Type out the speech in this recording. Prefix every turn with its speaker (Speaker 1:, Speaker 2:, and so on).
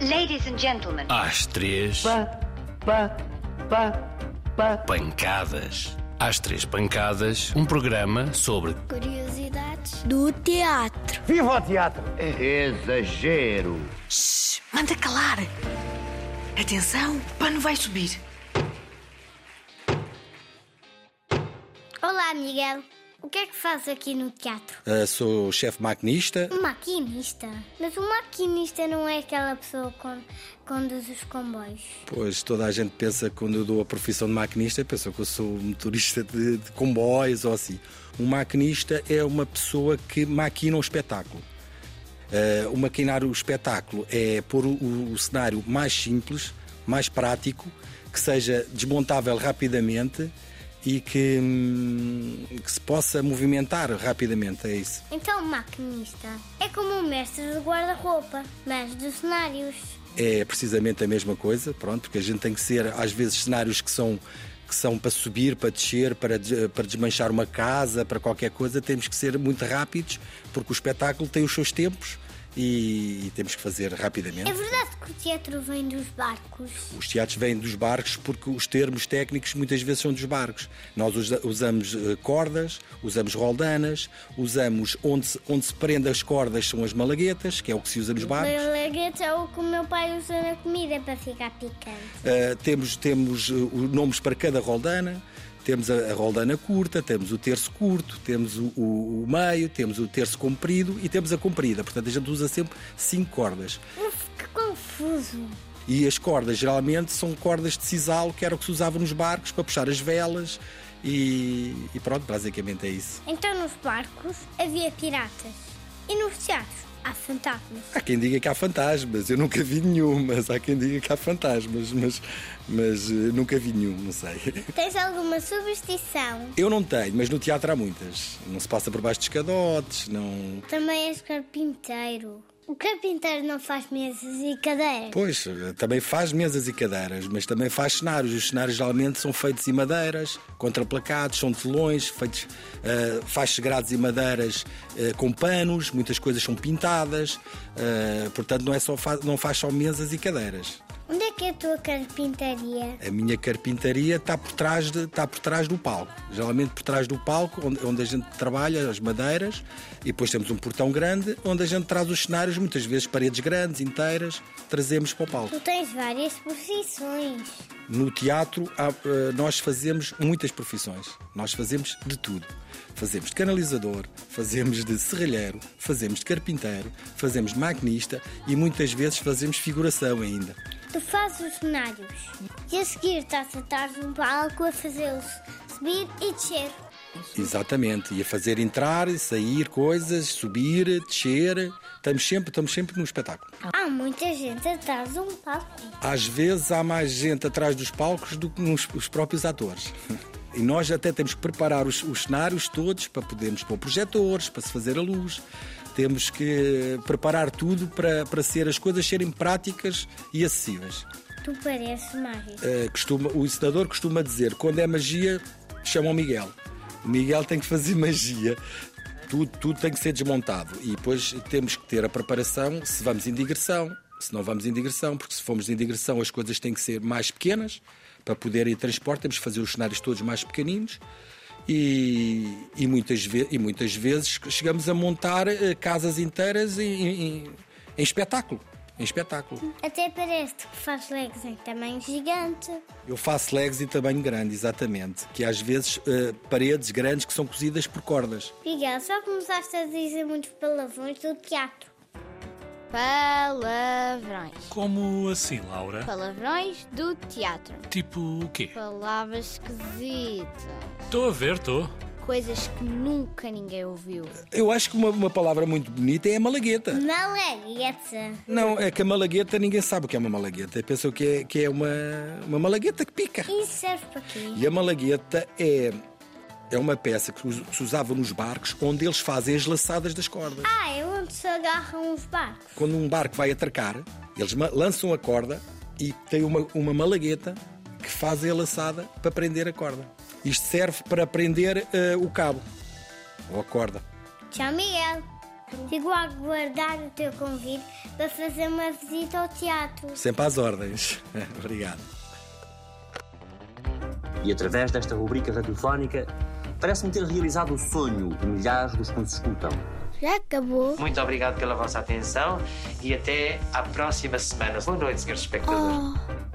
Speaker 1: Ladies and gentlemen,
Speaker 2: Às três,
Speaker 3: pá, pá, pá, pá.
Speaker 2: pancadas. Às três pancadas, um programa sobre
Speaker 4: Curiosidades do teatro.
Speaker 3: Viva o teatro!
Speaker 5: Exagero.
Speaker 6: Manda calar! Atenção, o pano vai subir.
Speaker 4: Olá, Miguel. O que é que faz aqui no teatro?
Speaker 7: Uh, sou chefe maquinista.
Speaker 4: Um maquinista. Mas o maquinista não é aquela pessoa que con- conduz os comboios.
Speaker 7: Pois toda a gente pensa quando eu dou a profissão de maquinista, pensa que eu sou um motorista de, de comboios ou assim. Um maquinista é uma pessoa que maquina o espetáculo. Uh, o maquinar o espetáculo é pôr o, o cenário mais simples, mais prático, que seja desmontável rapidamente e que, hum, que se possa movimentar rapidamente. É isso.
Speaker 4: Então, o maquinista é como o mestre do guarda-roupa, mas dos cenários.
Speaker 7: é precisamente a mesma coisa, pronto, porque a gente tem que ser às vezes cenários que são que são para subir, para descer, para, des- para desmanchar uma casa, para qualquer coisa, temos que ser muito rápidos, porque o espetáculo tem os seus tempos e, e temos que fazer
Speaker 4: É
Speaker 7: rapidamente.
Speaker 4: verdade que o teatro vem dos barcos.
Speaker 7: Os teatros vêm dos barcos porque os termos técnicos muitas vezes são dos barcos. Nós usa- usamos eh, cordas, usamos roldanas, usamos onde se, onde se prende as cordas são as malaguetas, que é o que se usa nos barcos.
Speaker 4: Malagueta é o que o meu pai usa na comida para ficar picante.
Speaker 7: Uh, temos temos uh, os nomes para cada roldana. Temos a, a roldana curta, temos o terço curto, temos o, o- o meio, temos o terço comprido e temos a comprida. Portanto, a gente usa sempre cinco cordas.
Speaker 4: Uf, que confuso.
Speaker 7: E as cordas geralmente são cordas de sisal, que era o que se usava nos barcos para puxar as velas. E, e pronto, basicamente é isso.
Speaker 4: Então, nos barcos havia piratas. E nos teatros há fantasmas.
Speaker 7: Há quem diga que há fantasmas, eu nunca vi nenhum, mas há quem diga que há fantasmas, mas, mas uh, nunca vi nenhum, não sei.
Speaker 4: Tens alguma superstição?
Speaker 7: Eu não tenho, mas no teatro há muitas. Não se passa por baixo dos escadotes, não.
Speaker 4: Também és carpinteiro. O carpinteiro não faz mesas e cadeiras.
Speaker 7: Pois, também faz mesas e cadeiras, mas também faz cenários. Os cenários geralmente são feitos em madeiras, contraplacados, são telões, feitos, ah, faz segrados e madeiras ah, com panos, muitas coisas são pintadas, ah, portanto não, é só fa- não faz só mesas e cadeiras.
Speaker 4: Onde é que é a tua carpintaria?
Speaker 7: A minha carpintaria está por trás, de- está por trás do palco. Geralmente por trás do palco, onde, onde a gente trabalha as madeiras, e depois temos um portão grande, onde a gente traz os cenários, muitas vezes paredes grandes, inteiras, trazemos para o palco.
Speaker 4: Tu tens várias profissões.
Speaker 7: No teatro, há, eh, nós fazemos muitas profissões. Nós fazemos de tudo. Fazemos de canalizador, fazemos de serralheiro, fazemos de carpinteiro, fazemos de maquinista e muitas vezes fazemos figuração ainda.
Speaker 4: Tu fazes os cenários. E a seguir estás sentado num palco a fazê-los subir e descer.
Speaker 7: Exatamente, e a fazer entrar, sair coisas, subir, descer. Estamos sempre, estamos sempre num espetáculo.
Speaker 4: Há muita gente atrás de um palco.
Speaker 7: Às vezes há mais gente atrás dos palcos do que nos, os próprios atores. E nós até temos que preparar os, os cenários todos para podermos pôr projetores, para se fazer a luz. Temos que preparar tudo para, para ser as coisas serem práticas e acessíveis.
Speaker 4: Tu pareces mágico.
Speaker 7: Uh, costuma- o ensinador costuma dizer: quando é magia, chama o Miguel. O Miguel tem que fazer magia. Tudo, tudo tem que ser desmontado. E depois temos que ter a preparação se vamos em digressão, se não vamos em digressão, porque se formos em digressão as coisas têm que ser mais pequenas. Para poder ir transporte, temos que fazer os cenários todos mais pequeninos. E, e muitas, ve- e muitas vezes chegamos a montar eh, casas inteiras em, em- em espetáculo. Em espetáculo.
Speaker 4: Até parece que faz legs em tamanho gigante.
Speaker 7: Eu faço legs em tamanho grande, exatamente. Que às vezes eh, paredes grandes que são cozidas por cordas.
Speaker 4: Miguel, só começaste a dizer muitos palavrões do teatro. Palavrões.
Speaker 2: Como assim, Laura?
Speaker 8: Palavrões do teatro.
Speaker 2: Tipo o quê?
Speaker 8: Palavras esquisitas.
Speaker 2: Estou a ver, estou.
Speaker 8: Coisas que nunca ninguém ouviu.
Speaker 7: Eu acho que uma, uma palavra muito bonita é a malagueta.
Speaker 4: Malagueta.
Speaker 7: Não, é que a malagueta ninguém sabe o que é uma malagueta. Pensam que é, que é uma, uma malagueta que pica.
Speaker 4: Isso serve para quê?
Speaker 7: E a malagueta é, é uma peça que us- que se usava nos barcos onde eles fazem as laçadas das cordas.
Speaker 4: Ah, é onde se agarram os barcos.
Speaker 7: Quando um barco vai atracar, eles ma- lançam a corda e tem uma, uma malagueta que faz a laçada para prender a corda. Isto serve para prender eh, o cabo ou a corda.
Speaker 4: Tchau, Miguel. Fico a aguardar o teu convite para fazer uma visita ao teatro.
Speaker 7: Sempre às ordens. Obrigado.
Speaker 1: E através desta rubrica radiofónica, parece-me ter realizado o sonho de milhares dos que nos escutam.
Speaker 4: Já acabou?
Speaker 9: Muito obrigado pela vossa atenção e até à próxima semana. Boa noite, senhores espectadores.
Speaker 4: Oh,